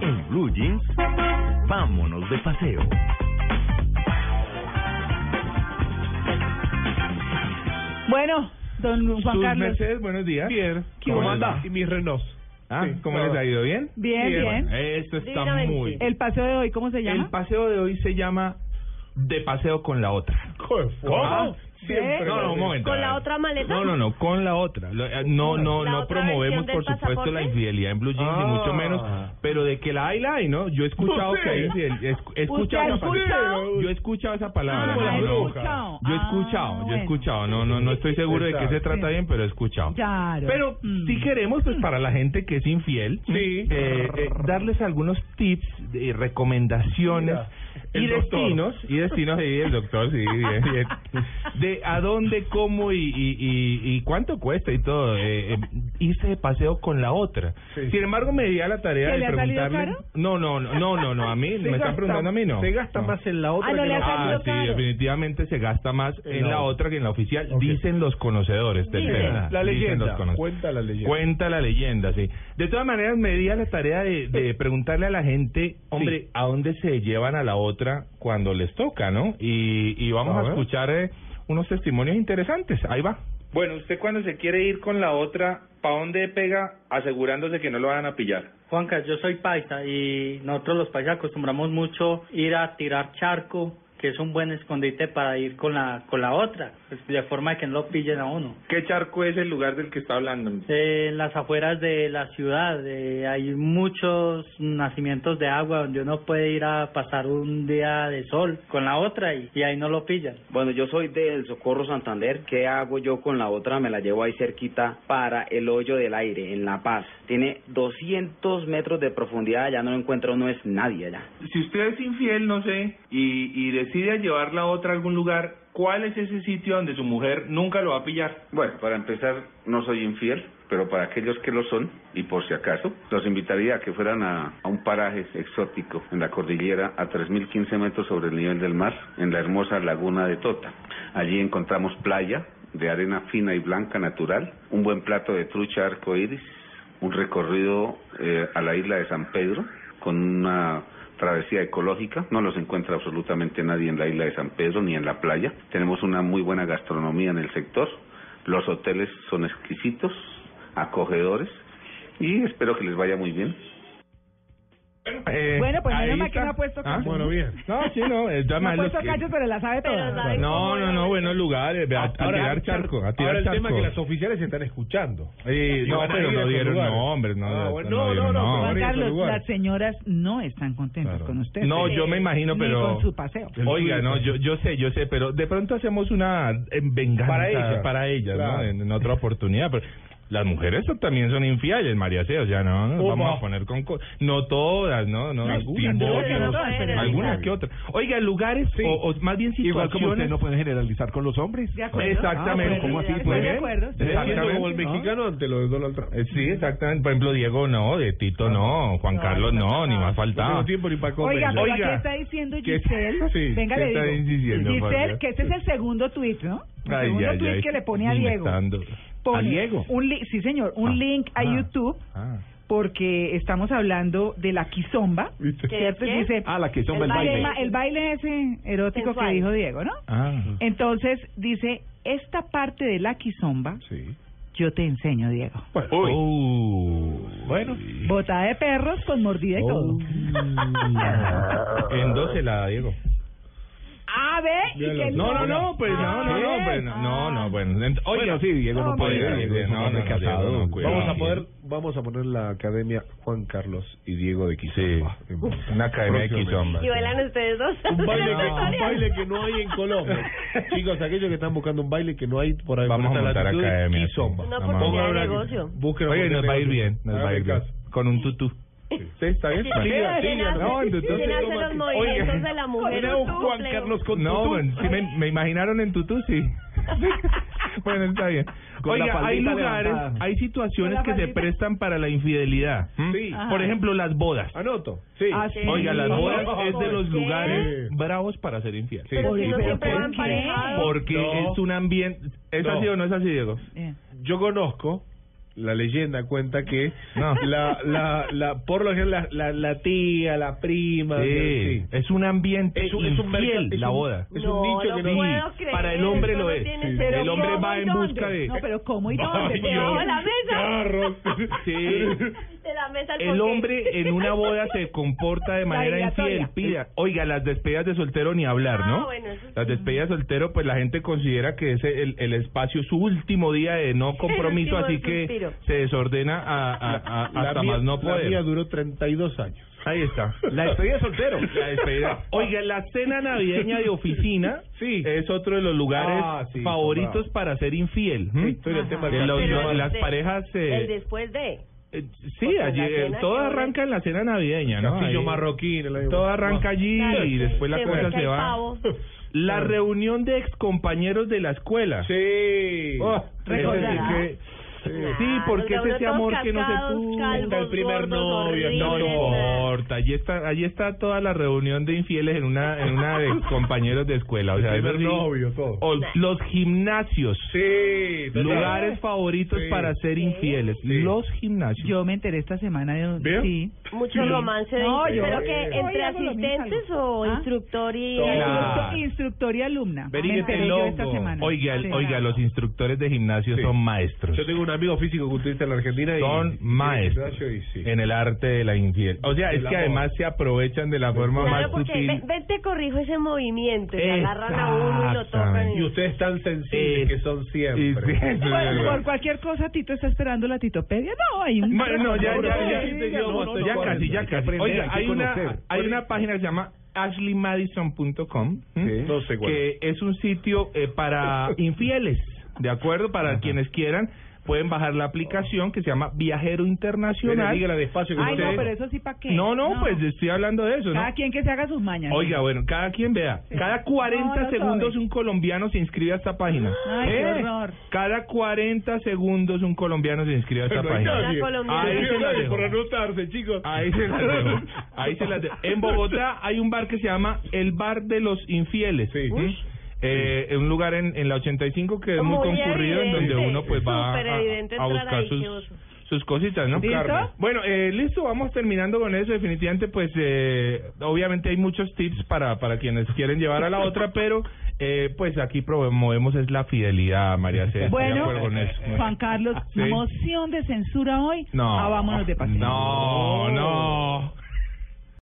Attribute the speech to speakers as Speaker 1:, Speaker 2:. Speaker 1: En Blue Jeans, vámonos de paseo.
Speaker 2: Bueno, don Juan
Speaker 3: Sus
Speaker 2: Carlos.
Speaker 3: Mercedes, buenos días.
Speaker 4: Bien.
Speaker 2: ¿Qué
Speaker 3: ¿Cómo
Speaker 2: hubo?
Speaker 3: anda? Y
Speaker 4: Y mi reloj.
Speaker 3: Ah,
Speaker 4: Sí,
Speaker 3: ¿Cómo
Speaker 4: todo.
Speaker 3: les ha ido? ¿Bien?
Speaker 2: Bien, bien.
Speaker 3: Eso está
Speaker 5: Divinamente.
Speaker 3: muy bien.
Speaker 2: El paseo de hoy, ¿cómo se
Speaker 3: El
Speaker 2: llama?
Speaker 3: paseo de hoy se llama De Paseo con la Otra.
Speaker 2: Ah,
Speaker 4: Siempre.
Speaker 2: ¿sí?
Speaker 3: ¿Eh? No, no, un momento.
Speaker 5: ¿Con la otra maleta?
Speaker 3: No, no, no, con la otra. Lo- eh, No, no,
Speaker 5: ¿La
Speaker 3: no
Speaker 5: otra
Speaker 3: promovemos,
Speaker 5: versión del
Speaker 3: por supuesto, la
Speaker 5: pasaporte?
Speaker 3: infidelidad en Blue Jeans,
Speaker 4: Ah.
Speaker 3: ni mucho menos. Pero de que la hay, la hay, ¿no? Yo he escuchado
Speaker 4: ¿Usted?
Speaker 3: que hay infidel- he escu- he escuchado
Speaker 2: ¿Usted ha
Speaker 3: esa palabra.
Speaker 2: escuchado?
Speaker 3: Yo he escuchado esa
Speaker 2: Ah,
Speaker 3: palabra.
Speaker 4: con la
Speaker 2: ¿ha
Speaker 3: no, no.
Speaker 4: bruja.
Speaker 2: escuchado?
Speaker 3: Yo he
Speaker 2: Ah,
Speaker 3: escuchado, yo he
Speaker 2: bueno.
Speaker 3: escuchado. No, no, no estoy seguro de qué se trata
Speaker 2: Sí.
Speaker 3: bien, pero he escuchado.
Speaker 2: Claro.
Speaker 3: Pero
Speaker 2: Mm.
Speaker 3: si queremos, pues para la gente que es infiel,
Speaker 4: Sí.
Speaker 3: eh, eh, darles algunos tips, eh, recomendaciones
Speaker 4: Mira,
Speaker 3: y
Speaker 4: el doctor.
Speaker 3: destinos, y destinos, sí, el doctor, sí, bien, bien. de a dónde, cómo y, y, y, y cuánto cuesta y todo, eh, eh, irse de paseo con la otra.
Speaker 4: Sí.
Speaker 3: Sin embargo, me di a la tarea
Speaker 2: ¿Que
Speaker 3: de
Speaker 2: le ha salido
Speaker 3: preguntarle...
Speaker 2: caro?
Speaker 3: No, no, no, no, no, no, a mí, me están preguntando a mí, no.
Speaker 4: Se gasta
Speaker 3: No.
Speaker 4: más en la otra
Speaker 5: Ah, no
Speaker 4: que
Speaker 5: le
Speaker 4: en
Speaker 5: ha
Speaker 4: la
Speaker 3: Ah,
Speaker 5: salido
Speaker 3: sí,
Speaker 5: caro.
Speaker 3: definitivamente se gasta más en, la, otra. que en la oficial,
Speaker 4: Ok.
Speaker 3: dicen los conocedores del
Speaker 5: Dicen,
Speaker 3: tema.
Speaker 4: La
Speaker 3: dicen los
Speaker 4: leyenda.
Speaker 3: conocedores.
Speaker 4: Cuenta la leyenda.
Speaker 3: Cuenta la leyenda, sí. De todas maneras, me di a la tarea de, de preguntarle a la gente, hombre, ¿a dónde se llevan a la otra cuando les toca, no? Y, y vamos
Speaker 4: A
Speaker 3: a,
Speaker 4: ver.
Speaker 3: escuchar eh, unos testimonios interesantes. Ahí va. Bueno, usted cuando se quiere ir con la otra, ¿para dónde pega asegurándose que no lo van a pillar?
Speaker 6: Juanca, yo soy paisa y nosotros los paisas acostumbramos mucho ir a tirar charco, que es un buen escondite para ir con la con la otra, pues, de forma que no lo pillen a uno.
Speaker 3: ¿Qué charco es el lugar del que está hablando?
Speaker 6: Eh, en las afueras de la ciudad eh, hay muchos nacimientos de agua donde uno puede ir a pasar un día de sol con la otra y, y ahí no lo pillan.
Speaker 7: Bueno, yo soy del Socorro Santander. ¿Qué hago yo con la otra? Me la llevo ahí cerquita para el hoyo del aire, en La Paz. Tiene 200 metros de profundidad, allá no lo encuentro, no es nadie allá.
Speaker 3: Si usted es infiel, no sé, y, y decide llevar la otra a algún lugar, ¿cuál es ese sitio donde su mujer nunca lo va a pillar?
Speaker 8: Bueno, para empezar, no soy infiel, pero para aquellos que lo son, y por si acaso, los invitaría a que fueran a, a un paraje exótico en la cordillera a 3.015 metros sobre el nivel del mar, en la hermosa laguna de Tota. Allí encontramos playa de arena fina y blanca natural, un buen plato de trucha arcoíris, un recorrido eh, a la isla de San Pedro con una travesía ecológica. No los encuentra absolutamente nadie en la isla de San Pedro ni en la playa. Tenemos una muy buena gastronomía en el sector. Los hoteles son exquisitos, acogedores y espero que les vaya muy bien.
Speaker 2: Bueno, pues menos
Speaker 3: eh, ahí
Speaker 2: mal que
Speaker 3: está.
Speaker 2: no ha puesto
Speaker 3: Ah,
Speaker 2: callos.
Speaker 3: bueno, bien. No, sí, no. eh, ya
Speaker 2: No ha
Speaker 3: más los
Speaker 2: puesto
Speaker 3: que-
Speaker 2: callos, pero la sabe
Speaker 5: Pero
Speaker 2: toda.
Speaker 5: sabe.
Speaker 3: No, no, no, buenos lugares. ve, A, a tirar charco, a tirar
Speaker 4: Ahora el
Speaker 3: charco.
Speaker 4: tema es que las oficiales se están escuchando.
Speaker 3: Eh,
Speaker 4: Y
Speaker 3: no,
Speaker 4: van a
Speaker 3: pero
Speaker 4: ir a
Speaker 3: no
Speaker 4: esos
Speaker 3: dieron,
Speaker 4: lugares.
Speaker 3: no, hombre, no,
Speaker 4: Ah,
Speaker 3: no,
Speaker 4: bueno,
Speaker 3: no,
Speaker 4: no,
Speaker 3: dieron,
Speaker 4: no,
Speaker 3: no.
Speaker 4: pero
Speaker 2: Juan
Speaker 4: Ahora en esos
Speaker 2: Carlos,
Speaker 4: lugares.
Speaker 2: las señoras no están contentas
Speaker 3: Claro.
Speaker 2: con usted.
Speaker 3: No,
Speaker 2: Sí.
Speaker 3: yo me imagino,
Speaker 2: Ni
Speaker 3: pero...
Speaker 2: con su paseo.
Speaker 3: Oiga, no, yo, yo sé, yo sé, pero de pronto hacemos una eh, venganza
Speaker 4: Para ella.
Speaker 3: para ellas, ¿no?
Speaker 4: Claro.
Speaker 3: En, en otra oportunidad, pero las mujeres son- también son infieles, María C, o sea, no, no,
Speaker 4: ¿Cómo?
Speaker 3: vamos a poner con... co- No todas, ¿no? no
Speaker 4: Algunas,
Speaker 3: timbosos,
Speaker 5: no, que no todas, pero
Speaker 3: algunas
Speaker 5: algunas.
Speaker 3: que otras. Oiga, lugares
Speaker 4: Sí.
Speaker 3: o, o más bien
Speaker 9: Igual
Speaker 3: situaciones...
Speaker 9: como usted no puede generalizar con los hombres.
Speaker 2: ¿De acuerdo?
Speaker 3: Exactamente.
Speaker 2: Ah, bueno,
Speaker 9: ¿Cómo así?
Speaker 2: Estoy
Speaker 3: Muy
Speaker 2: de
Speaker 3: bien.
Speaker 2: acuerdo.
Speaker 4: Estoy haciendo
Speaker 3: Exactamente.
Speaker 4: como el mexicano ante lo de Donald Trump.
Speaker 3: Eh, Sí, exactamente. Por ejemplo, Diego no, de Tito no, Juan
Speaker 2: No,
Speaker 3: Carlos
Speaker 2: no,
Speaker 3: no,
Speaker 2: no,
Speaker 3: ni
Speaker 2: no.
Speaker 3: más
Speaker 4: No
Speaker 3: faltaba.
Speaker 4: tengo tiempo ni para comer.
Speaker 2: Oiga, pero
Speaker 3: Oiga.
Speaker 2: aquí está diciendo
Speaker 3: ¿Qué-
Speaker 2: Giselle.
Speaker 3: Sí,
Speaker 2: venga,
Speaker 3: ¿qué
Speaker 2: le digo.
Speaker 3: está diciendo,
Speaker 2: Giselle,
Speaker 3: Fabio?
Speaker 2: que este es el segundo tuit, ¿no? El
Speaker 3: Ay,
Speaker 2: segundo
Speaker 3: ay,
Speaker 2: tuit
Speaker 3: ay.
Speaker 2: que le pone a Diego.
Speaker 3: Inventando.
Speaker 2: Pone
Speaker 3: ¿A Diego?
Speaker 2: Un li- sí, señor. Un
Speaker 3: Ah,
Speaker 2: link a
Speaker 3: ah,
Speaker 2: YouTube
Speaker 3: ah.
Speaker 2: porque estamos hablando de la quizomba.
Speaker 4: ¿Viste?
Speaker 2: ¿Cierto?
Speaker 5: ¿Qué?
Speaker 2: Dice,
Speaker 9: Ah, la que son
Speaker 5: El
Speaker 9: el
Speaker 5: baile.
Speaker 9: baile.
Speaker 2: tema- el baile ese erótico que
Speaker 5: Sensual.
Speaker 2: dijo Diego, ¿no?
Speaker 3: Ah,
Speaker 2: Entonces dice, esta parte de la quizomba
Speaker 4: Sí.
Speaker 2: yo te enseño, Diego.
Speaker 4: Bueno,
Speaker 3: Uh.
Speaker 4: Bueno.
Speaker 2: Botada de perros con mordida y
Speaker 3: Oh.
Speaker 2: todo.
Speaker 3: En dos se Oh. la da, Diego.
Speaker 2: A ver, ¿y
Speaker 4: Míralo.
Speaker 2: qué Ah.
Speaker 3: No, no,
Speaker 2: loco?
Speaker 3: no, pues no, no, no, pues no, no, no, bueno. Ent- Oiga,
Speaker 9: Bueno, sí, Diego no
Speaker 2: Oh,
Speaker 9: puede.
Speaker 3: Diego,
Speaker 9: Diego es un
Speaker 3: no,
Speaker 9: hombre
Speaker 3: no, no, Diego,
Speaker 9: casado.
Speaker 3: no, cuidado.
Speaker 4: vamos a
Speaker 3: Sí.
Speaker 4: poder, vamos a poner la academia Juan Carlos y Diego de
Speaker 3: Sí,
Speaker 4: Quizomba. En Bogotá.
Speaker 3: una academia de quizomba.
Speaker 5: Y bailan ustedes dos.
Speaker 4: Un baile, que,
Speaker 3: No.
Speaker 4: un baile que no hay en Colombia. Chicos, aquellos que están buscando un baile que no hay por ahí.
Speaker 3: Vamos
Speaker 4: por
Speaker 3: a
Speaker 4: esta
Speaker 3: montar
Speaker 4: latitud,
Speaker 3: academia, sí.
Speaker 4: Quizomba.
Speaker 5: Una
Speaker 3: Vamos.
Speaker 5: oportunidad de
Speaker 4: Pongan una-
Speaker 5: negocio.
Speaker 4: Busquen
Speaker 3: Oiga, y nos va a ir
Speaker 4: oportunidad.
Speaker 3: bien, nos va a
Speaker 4: Hágame
Speaker 3: ir bien.
Speaker 4: caso.
Speaker 3: Con un tutú. ¿Sí? ¿Está bien?
Speaker 5: Sí,
Speaker 3: Bueno.
Speaker 5: sí,
Speaker 4: sí,
Speaker 5: hace-
Speaker 3: no, entonces-
Speaker 5: ¿quién hace los movimientos de la mujer.
Speaker 4: Era
Speaker 5: en
Speaker 4: un
Speaker 5: su
Speaker 4: Juan
Speaker 5: empleo?
Speaker 4: Carlos con
Speaker 3: No,
Speaker 4: tutú.
Speaker 3: bueno, sí me, me imaginaron en tutú, sí. bueno, está bien.
Speaker 9: Con la
Speaker 3: Oiga, hay
Speaker 9: faldita
Speaker 3: lugares,
Speaker 9: levantada.
Speaker 3: hay situaciones
Speaker 2: Con la
Speaker 3: que se
Speaker 2: faldita.
Speaker 3: prestan para la infidelidad. ¿m?
Speaker 4: Sí.
Speaker 2: Ajá.
Speaker 3: Por ejemplo, las bodas.
Speaker 4: Anoto. Sí.
Speaker 2: Ah, sí.
Speaker 3: Oiga, las bodas
Speaker 4: ¿Por
Speaker 3: es de los
Speaker 5: qué?
Speaker 3: lugares bravos para ser infiel.
Speaker 4: Sí.
Speaker 5: Pero si
Speaker 2: Oye,
Speaker 5: no
Speaker 2: ¿pero
Speaker 5: siempre
Speaker 2: por
Speaker 5: van
Speaker 2: qué?
Speaker 5: parejados.
Speaker 3: Porque
Speaker 4: No.
Speaker 3: es un ambiente... ¿Es
Speaker 4: No.
Speaker 3: así o no es así, Diego?
Speaker 2: Eh,
Speaker 4: Yo conozco la leyenda cuenta que
Speaker 3: No.
Speaker 4: la, la, la, por lo general la, la, la tía, la prima,
Speaker 3: Sí,
Speaker 4: sí.
Speaker 3: es un ambiente
Speaker 4: Es un- es un
Speaker 3: infiel,
Speaker 4: mercado- es
Speaker 3: la
Speaker 4: un-
Speaker 3: boda.
Speaker 4: es
Speaker 5: no,
Speaker 4: un nicho
Speaker 5: no
Speaker 4: que no-
Speaker 5: puedo
Speaker 3: Sí,
Speaker 5: creer,
Speaker 3: para el hombre
Speaker 5: eso
Speaker 3: lo
Speaker 5: no
Speaker 3: es.
Speaker 5: tiene
Speaker 3: Sí.
Speaker 5: cero
Speaker 3: El hombre
Speaker 5: cómo
Speaker 3: va
Speaker 5: y
Speaker 3: en
Speaker 5: dónde.
Speaker 3: busca de-
Speaker 2: No, pero ¿cómo y
Speaker 3: Ay,
Speaker 2: dónde?
Speaker 5: Dios.
Speaker 2: Pero-
Speaker 5: Debajo de la mesa.
Speaker 3: carros. Sí.
Speaker 5: Te la mesa al
Speaker 3: El
Speaker 5: porqué.
Speaker 3: hombre en una boda se comporta de
Speaker 2: La
Speaker 3: manera
Speaker 2: dilatoria.
Speaker 3: infiel. Pida, oiga, las despedidas de soltero ni hablar,
Speaker 5: Ah,
Speaker 3: ¿no?
Speaker 5: bueno, eso sí.
Speaker 3: Las despedidas de soltero, pues la gente considera que es el, el espacio, su último día de no compromiso,
Speaker 5: último
Speaker 3: así que
Speaker 5: suspiro.
Speaker 3: se desordena a, a- a-
Speaker 4: La
Speaker 3: hasta
Speaker 4: mía-
Speaker 3: más no
Speaker 4: La mía
Speaker 3: poder.
Speaker 4: duró 32 años.
Speaker 3: Ahí está.
Speaker 9: La despedida de soltero.
Speaker 3: La despedida. Oiga, la cena navideña de oficina
Speaker 4: Sí.
Speaker 3: es otro de los lugares
Speaker 4: Ah, sí,
Speaker 3: favoritos
Speaker 4: comparado.
Speaker 3: para ser infiel. ¿m?
Speaker 4: Sí, estoy en el tema
Speaker 3: Que
Speaker 4: de-
Speaker 3: los-
Speaker 5: Pero
Speaker 3: las
Speaker 5: de-
Speaker 3: parejas... eh,
Speaker 5: El después de.
Speaker 3: eh, sí,
Speaker 5: Porque
Speaker 3: allí,
Speaker 5: la
Speaker 3: eh,
Speaker 5: cena
Speaker 3: todo
Speaker 5: que uno-
Speaker 3: arranca en la cena navideña, ¿no?
Speaker 4: Castillo
Speaker 3: Ahí-
Speaker 4: marroquín. el año-
Speaker 3: Todo arranca allí
Speaker 5: Claro,
Speaker 3: y después la
Speaker 5: se
Speaker 3: cosa
Speaker 5: busca
Speaker 3: se
Speaker 5: el
Speaker 3: va.
Speaker 5: pavo.
Speaker 3: La reunión de excompañeros de la escuela.
Speaker 4: Ah. Sí.
Speaker 3: Oh,
Speaker 5: Recordará.
Speaker 3: ese sí que-
Speaker 5: Claro,
Speaker 3: Sí, porque
Speaker 5: los
Speaker 3: es ese
Speaker 5: todos
Speaker 3: amor que no se
Speaker 5: cascados,
Speaker 3: pudo.
Speaker 5: calvos,
Speaker 4: Está el primer
Speaker 5: gordos,
Speaker 4: novio,
Speaker 5: horribles.
Speaker 3: No importa, allí está, allí está toda la reunión de infieles en una, en una de compañeros de escuela. O sea,
Speaker 4: El primer
Speaker 3: eso sí.
Speaker 4: novio, todo.
Speaker 3: O los gimnasios,
Speaker 4: Sí. total.
Speaker 3: lugares favoritos
Speaker 4: Sí.
Speaker 3: para ser infieles. Los gimnasios.
Speaker 2: Yo me enteré esta semana de un...
Speaker 4: ¿Veo?
Speaker 2: Sí.
Speaker 5: Mucho romance de
Speaker 2: No, yo-
Speaker 5: pero
Speaker 2: yo
Speaker 5: que entre
Speaker 2: hago lo mismo.
Speaker 5: asistentes o
Speaker 2: ¿Ah?
Speaker 5: instructor y
Speaker 3: Claro.
Speaker 2: Instructor, instructor y alumna.
Speaker 4: Vení
Speaker 2: me
Speaker 4: que te
Speaker 2: enteré yo
Speaker 4: longo.
Speaker 2: esta semana.
Speaker 3: Oiga, el-
Speaker 2: Sí.
Speaker 3: oiga, los instructores de gimnasio
Speaker 4: Sí.
Speaker 3: son maestros.
Speaker 4: Yo tengo un amigo físico-culturista en la Argentina. y-
Speaker 3: son
Speaker 4: y-
Speaker 3: maestros
Speaker 4: y sí.
Speaker 3: en el arte de la infiel. O sea,
Speaker 4: Del
Speaker 3: es que
Speaker 4: amor.
Speaker 3: además se aprovechan de la forma
Speaker 5: Claro,
Speaker 3: más
Speaker 5: porque
Speaker 3: sutil.
Speaker 5: ven, ven, te corrijo ese movimiento, y agarran a uno y lo tocan.
Speaker 3: Exactamente.
Speaker 5: y-
Speaker 4: Y ustedes tan sensibles
Speaker 3: Eh,
Speaker 4: que son
Speaker 3: Y sí, eso
Speaker 4: siempre.
Speaker 3: es
Speaker 2: Por,
Speaker 3: verdad.
Speaker 2: por cualquier cosa, Tito está esperando la Titopedia. No, hay un...
Speaker 3: Bueno, no, ya, ya, ya,
Speaker 4: No, no, no,
Speaker 3: ya
Speaker 4: no,
Speaker 3: casi, ya
Speaker 4: hay que
Speaker 3: casi.
Speaker 4: aprender,
Speaker 3: Oiga,
Speaker 4: hay que
Speaker 3: hay una,
Speaker 4: conocer.
Speaker 3: hay una página que se llama ashleymadison.com ¿m?
Speaker 4: No sé cuál
Speaker 3: que es un sitio eh, para infieles, ¿de acuerdo? Para quienes quieran, pueden bajar la aplicación que se llama Viajero
Speaker 4: Mira,
Speaker 3: Internacional.
Speaker 4: dígala despacio que
Speaker 2: Ay, no,
Speaker 4: ustedes-
Speaker 2: pero eso sí, ¿para qué?
Speaker 3: No, no, pues estoy hablando de eso, ¿no?
Speaker 2: Cada quien que se haga sus mañas.
Speaker 3: Oiga, bueno, cada quien vea. Cada 40
Speaker 2: No, no
Speaker 3: segundos
Speaker 2: sabe.
Speaker 3: un colombiano se inscribe a esta página. ¿Eh?
Speaker 2: Ay, qué horror.
Speaker 3: Cada 40 segundos un colombiano se inscribe a esta
Speaker 4: No hay
Speaker 3: página.
Speaker 4: nadie.
Speaker 5: Una colombiana.
Speaker 3: Ahí se la dejo.
Speaker 4: por anotarse, chicos.
Speaker 3: Ahí se las dejo. Ahí se las dejo. En Bogotá hay un bar que se llama El Bar de los Infieles.
Speaker 4: Sí.
Speaker 3: ¿Mm? Eh, es un lugar en, en la 85 que es muy,
Speaker 5: Muy
Speaker 3: concurrido en donde
Speaker 5: evidente,
Speaker 3: uno pues va a,
Speaker 5: súper evidente
Speaker 3: a
Speaker 5: entrar
Speaker 3: buscar
Speaker 5: ahí,
Speaker 3: sus
Speaker 5: qué oso.
Speaker 3: sus cositas, ¿no?
Speaker 2: ¿Listo? Carne.
Speaker 3: Bueno, eh, listo, vamos terminando con eso. Definitivamente, pues, eh, obviamente hay muchos tips para, para quienes quieren llevar a la otra, pero, eh, pues, aquí promovemos es la fidelidad, María C. Estoy de
Speaker 2: Bueno,
Speaker 3: acuerdo con eso.
Speaker 2: Juan Carlos,
Speaker 3: Sí.
Speaker 2: moción de censura hoy.
Speaker 3: No.
Speaker 2: Ah, vámonos de paseo.
Speaker 3: No, no.